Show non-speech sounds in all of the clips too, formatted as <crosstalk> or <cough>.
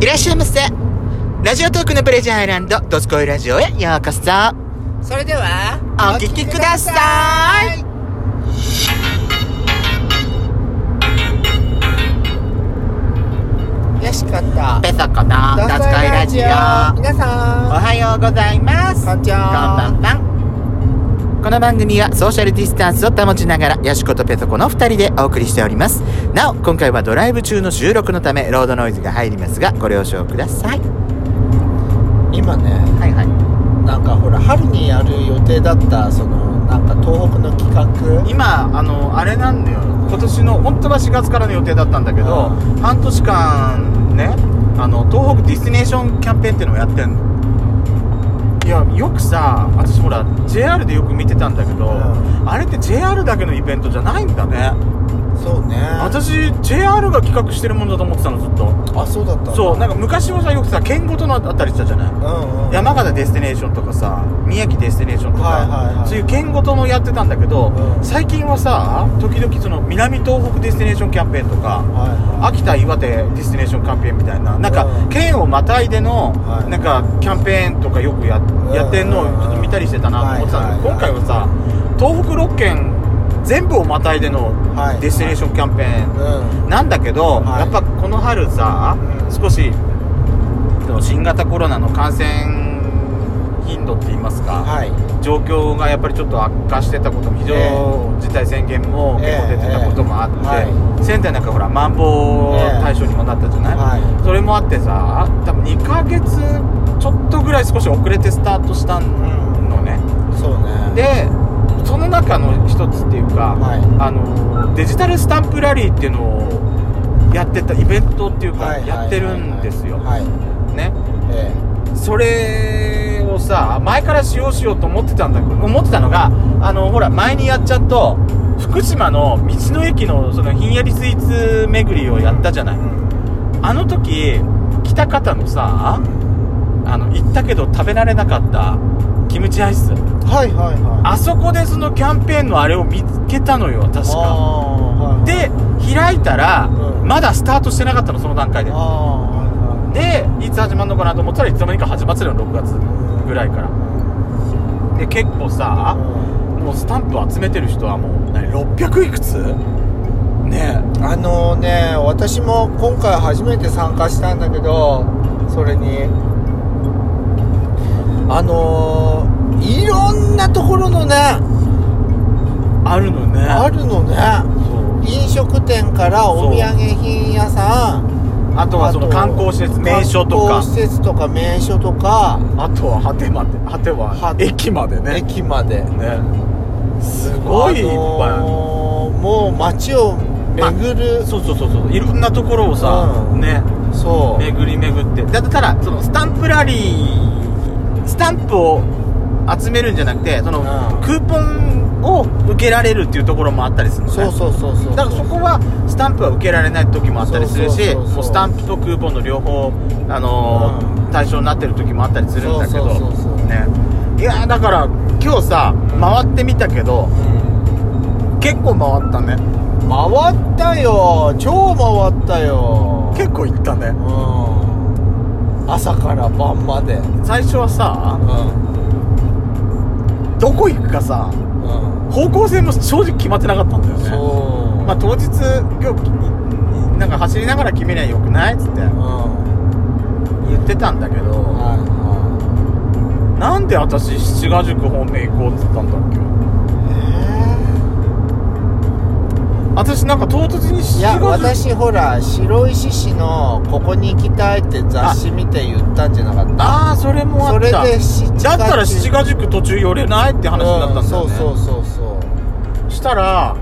いらっしゃいませ。ラジオトークのプレジャーアイランド、ドスコイラジオへようこそ。それではお聞きください。よしかったペソコのドスコイラジオ。皆おさんはようございます。こんにちはこんばんはこの番組はソーシャルディスタンスを保ちながらヤシコとペソコの2人でお送りしておりますなお今回はドライブ中の収録のためロードノイズが入りますがご了承ください今ねはいはいなんかほら春にやる予定だったそのなんか東北の企画今あのあれなんだよ今年の本当は4月からの予定だったんだけどう半年間ねあの東北ディスティネーションキャンペーンっていうのをやってんのいやよくさ私ほら JR でよく見てたんだけうど、んあれって JR だけのイベントじゃないんだねそうね私 JR が企画してるものだと思ってたのずっとあそうだったんだそうなんか昔もさよくさ県ごとのあったりしたじゃないうんうん山形デスティネーションとかさ宮城デスティネーションとか、はいはいはいそういう県ごともやってたんだけど、うん最近はさ時々その南東北デスティネーションキャンペーンとかはいは秋田岩手ディスティネーションキャンペーンみたいななんかうん県をまたいでのはいなんかキャンペーンとかよくや,、んやってんのをちょっと見たりしてたなと思ってたんだけど、はいはいはい今回はさ東北6県全部をまたいでのはいデスティネーションキャンペーンいうんなんだけど、はいやっぱこの春さ、うん少しその新型コロナの感染頻度って言いますか、はい状況がやっぱりちょっと悪化してたことも非常え事態宣言も結構出てたこともあって、ええは仙台なんかほらまん防対象にもなったじゃない、はそれもあってさ多分2ヶ月ちょっとぐらい少し遅れてスタートしたのね、いそうねでその中の一つっていうか、はいあのデジタルスタンプラリーっていうのをやってたイベントっていうかはいやってるんですよ、はいねえそれをさ前からしようしようと思ってたんだけど思ってたのがあのほら前にやっちゃうと福島の道の駅のそのひんやりスイーツ巡りをやったじゃないえうんあの時喜多方のさあの行ったけど食べられなかったキムチアイスはいはいはいあそこでそのキャンペーンのあれを見つけたのよ確かあーはいで開いたら、うんまだスタートしてなかったのその段階でああはいでいつ始まるのかなと思ったらいつの間にか始まってたの6月ぐらいからはで結構さもうスタンプ集めてる人はもう何600いくつねいあのね私も今回初めて参加したんだけどそれにあのー、いろんなところのねあるのねあるのねそう飲食店からお土産品屋さんあとはそのあと観光施設名所と観か光施設とか名所とかあとは果てまで果てはは駅までね駅までねすごいいっぱいあのーもう街を巡るそうそうそうそういろんなところをさ、うんねそう巡り巡ってだってただそのスタンプラリースタンプを集めるんじゃなくてその、うんクーポンを受けられるっていうところもあったりするのねそうそうそうそうだからそこはスタンプは受けられない時もあったりするそうそしうそうそうもうスタンプとクーポンの両方、あのーう対象になってる時もあったりするんだけどそうそうそうそうね、いやーだから今日さ回ってみたけど結構回ったね回ったよ超回ったよ結構行ったねうん朝から晩まで最初はさうんどこ行くかさうん方向性も正直決まってなかったんだよねそうまあ当日今日なんか走りながら決めりゃよくないっつってうん言ってたんだけどはなんで私七ヶ宿方面行こうっつったんだっけいはい私なんか唐突にえーい七やヶ宿私ほら白石市の「ここに行きたい」って雑誌見て言ったんじゃなかったああそれもあそっれたで七月だったら七ヶ宿途中寄れないって話になったんだようね、んそうそうそうそうしたら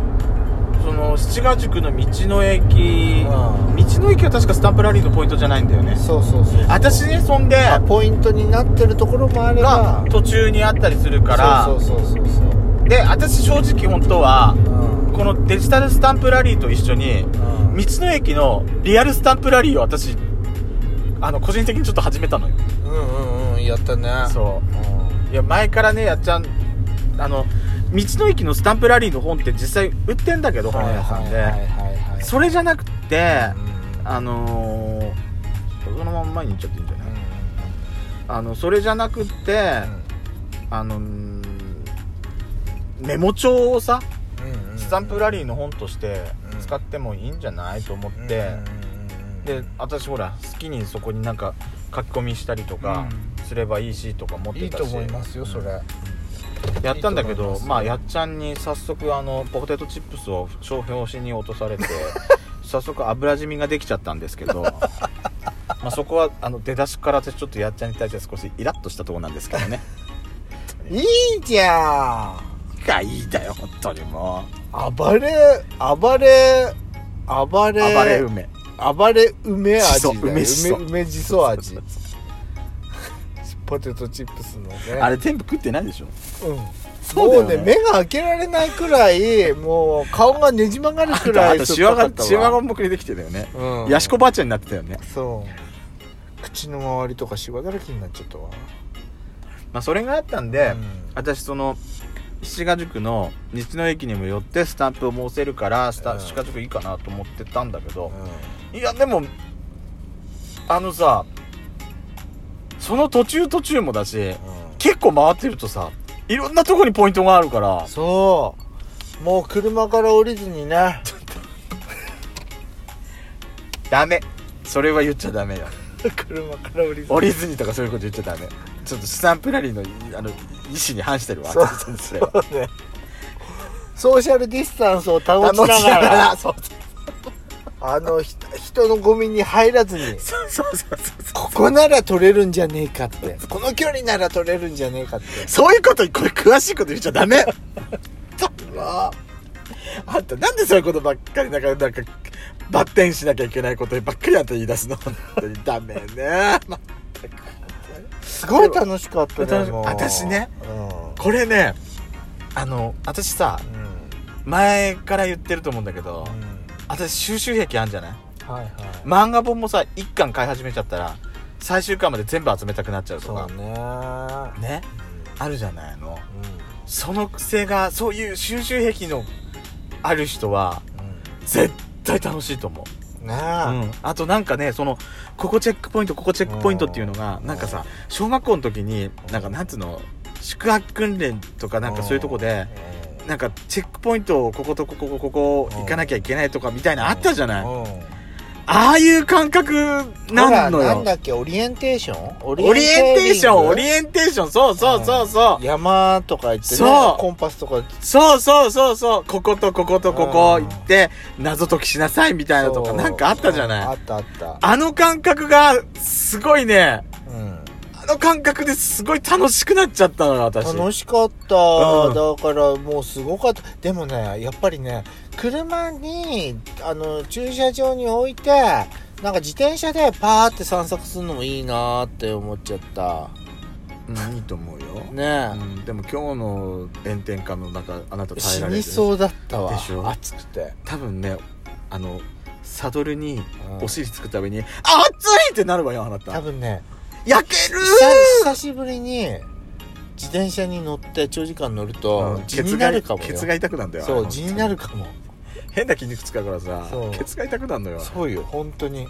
その七ヶ宿の道の駅、ん道の駅は確かスタンプラリーのポイントじゃないんだよねそうそうそう私ねそんでまあポイントになってるところもあればが途中にあったりするからそうそうそうそうそうで私正直本当はうんこのデジタルスタンプラリーと一緒にうん道の駅のリアルスタンプラリーを私あの個人的にちょっと始めたのようんうんうんやったねそううん、いや前からねやっちゃんあの道の駅のスタンプラリーの本って実際売ってんだけど本屋さんではいはいはいはいそれじゃなくてうんあのーそのま前に言っちゃっていいんじゃない、あのそれじゃなくって、あのうーんメモ帳をさスタンプラリーの本としてうん使ってもいいんじゃないと思って、で私ほら好きにそこになんか書き込みしたりとかすればいいしとか思っいていたとし思いますよそれやったんだけいいとど思いますまあやっちゃんに早速あのポテトチップスを商標しに落とさ <laughs> れて早速油染みができちゃったんですけ <laughs> どまあそこはあの出だしから私ちょっとやっちゃんに対して少しイラッとしたところなんですけどねいいじゃんがいいだよ本当にも暴れ暴れ暴うれ暴れ梅暴れ梅味だよしそ梅しそ梅梅じそ味ポテトチップスのねあれ全部食ってないでしょうんそうだよねもうね目が開けられないくらいもう顔がねじ曲がるくらあいとシ酸ワっぱかがったわシワがもくりできてたよねうんヤシコばあちゃんになってたよねそう口の周りとかシワだらけになっちゃったわまあそれがあったんで、うん私その七ヶ宿の道の駅にも寄ってスタンプを申せるからスタ、うん七ヶ宿いいかなと思ってたんだけど、いやでもあのさその途中途中もだし結構回ってるとさいろんなとこにポイントがあるからそうもう車から降りずに <laughs> ねダメそれは言っちゃダメよ車から降りずに降りずにとかそういうこと言っちゃダメちょっとスタンプラリーのあの意思に反してるわそうそれはねソーシャルディスタンスを保ちな保ちがながらら <laughs> そうあのひ人のゴミに入らずにそうそうそうそうここなら取れるんじゃねえかってこの距離なら取れるんじゃねえかってそういうこと、これ詳しいこと言っちゃダメあんた、なんでそういうことばっかり、なんか、なんか、バッテンしなきゃいけないことばっかりあんた言い出すの本当にダメね。 <laughs> ま、すごい楽しかった楽ねしもう私ねうんこれね、あの、私さ、うん前から言ってると思うんだけど、うん私収集癖あんじゃないはいはい漫画本もさ、一巻買い始めちゃったら、最終巻まで全部集めたくなっちゃうそとうか、ねね、あるじゃないうの。その癖が、そういう収集癖のある人は、んうん絶対楽しいと思う、ねうん、あとなんかねそのここチェックポイントここチェックポイントっていうのがうんなんかさ小学校の時になんかなんつうの宿泊訓練とかなんかそういうとこでえなんかチェックポイントをこことこここここうん行かなきゃいけないとかみたいなあったじゃないあうんあいう感覚なんのほらなんよだっけオリエンテーションオオリエンテーションオリエンテーリングエンテーションそうそうそうそう山とか行ってねそうコンパスとかそうそうそうそうこことこことここうん行って謎解きしなさいみたいなとかそうなんかあったじゃうんあないったあったあの感覚がすごいねうんあの感覚ですごい楽しくなっちゃったのよ、私。楽しかった、うんだからもうすごかったでもねやっぱりね車にあの駐車場に置いてなんか自転車でパーって散策するのもいいなーって思っちゃったうんいいと思うよ。うねん、でも今日の炎天下の中、あなたえ、耐え死られにる。そうだったわでしょ暑くて多分ね、あの、サドルにうんお尻つくたびに、あ熱いってなるわよ、あな多た。分ね焼ける久久しぶりに自転車に乗って長時間乗るとうん地ケにツながるかもよケツが痛くなんだよ。そうあの地になるかも変な筋肉使うからさそう、ケツが痛くなんのよ。そうよ本当に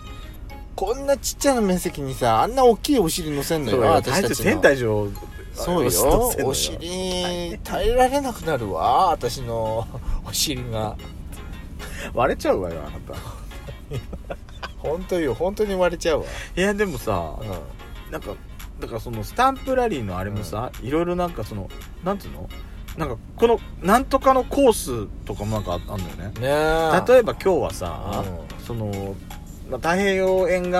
こんなちっちゃな面積にさあんな大きいお尻乗せんのそようよ。私大たしてちの天体上、そう押し通よせんのお尻耐えられなくなるわ私のお尻が割れちゃうわよ、あなた。本当よ本当に割れちゃうわいや、でもさ、うんなんかだからそのスタンプラリーのあれもさ、いろいろなんかそのなんていうのなんかこのなんとかのコースとかもなんかああんのよねねえ例えば今日はさ、うその、まあ、太平洋沿岸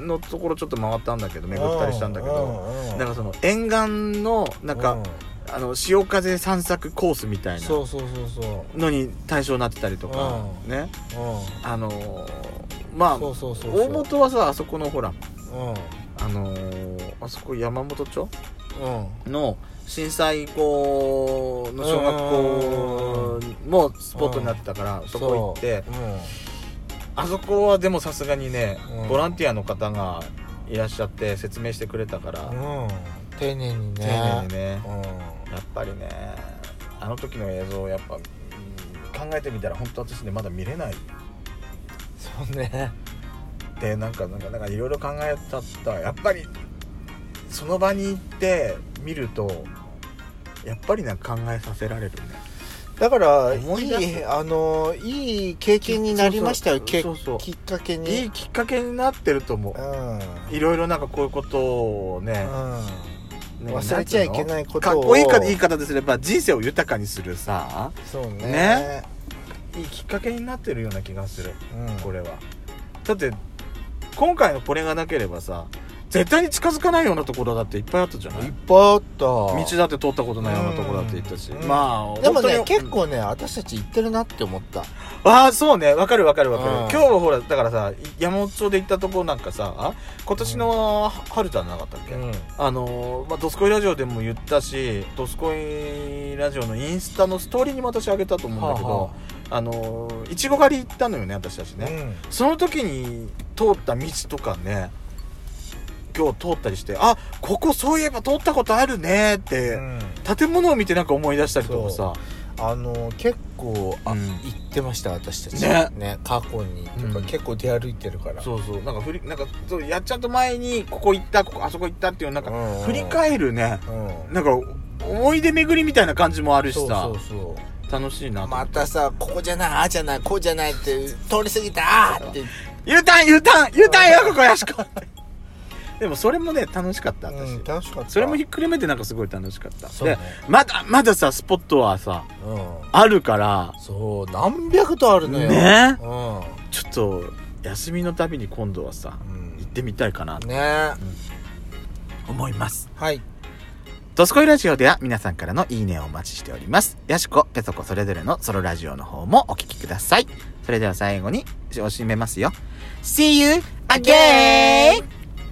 のところちょっと回ったんだけど巡ったりしたんだけど、なんかその沿岸のなんか、あの潮風散策コースみたいなそうそうそうそのに対象になってたりとか、うんねううんあのーまあそうそうそうそう大元はさあそこのほうらんあのーあそこ山本町うんの震災以降の小学校もスポットになってたからそこ行ってあそこはでもさすがにねうんボランティアの方がいらっしゃって説明してくれたからうんうん丁寧にね丁寧にねうやっぱりねあの時の映像をやっぱうん考えてみたら本当私ねまだ見れないんそうねでなんかなんかなんかいろいろ考えちゃったやっぱりその場に行って見るとやっぱりなんか考えさせられるねだからい思い出すいあのいい経験になりましたよそうけそうそうきっかけにいいきっかけになってると思う、ううんん、いろいろなんかこういうことをね,、ね忘れちゃいけんてうのないことかっをこいいか言い方ですれば人生を豊かにするさそうねねいいきっかけになってるような気がするうん、これはだって今回のこれがなければさ絶対に近づかないようなところだっていっぱいあったじゃないいっぱいあった道だって通ったことないようなところだって行ったし、うんまあでもね本当に結構ね私たち行ってるなって思ったああそうねわかるわかるわかる、うん今日はほらだからさ山本町で行ったとこなんかさ今年の春じゃなかったっけ、うんあのーまあ、ドスコイラジオでも言ったしドスコイラジオのインスタのストーリーにも私あげたと思うんだけど、はあのーいちご狩り行ったのよね私たちね、その時に通った道とかね今日通ったりしてあここそういえば通ったことあるねって、うん建物を見てなんか思い出したりとかさあの結構あ、うん行ってました私たちね過去にとか、うん結構出歩いてるからそうそうなんか振りなんかそうやっちゃんと前にここ行ったここあそこ行ったっていうなんかうんうん振り返るねうんなんか思い出巡りみたいな感じもあるしさそうそうそう楽しいなと思まってたさここじゃないああじゃないこうじゃないって通り過ぎたあーって、 U ターン U ターン U ターンよここやしこ <laughs> でもそれもね楽しかった私、うん楽しかったそれもひっくるめてなんかすごい楽しかったそうねでまだまださスポットはさうんあるからそう何百とあるのよねうんちょっと休みのたびに今度はさうん行ってみたいかなとね思いますはいドスコイラジオでは皆さんからのいいねをお待ちしております。ヤシコ、ペソコそれぞれのソロラジオの方もお聞きください。それでは最後に、おしめますよ。See you again!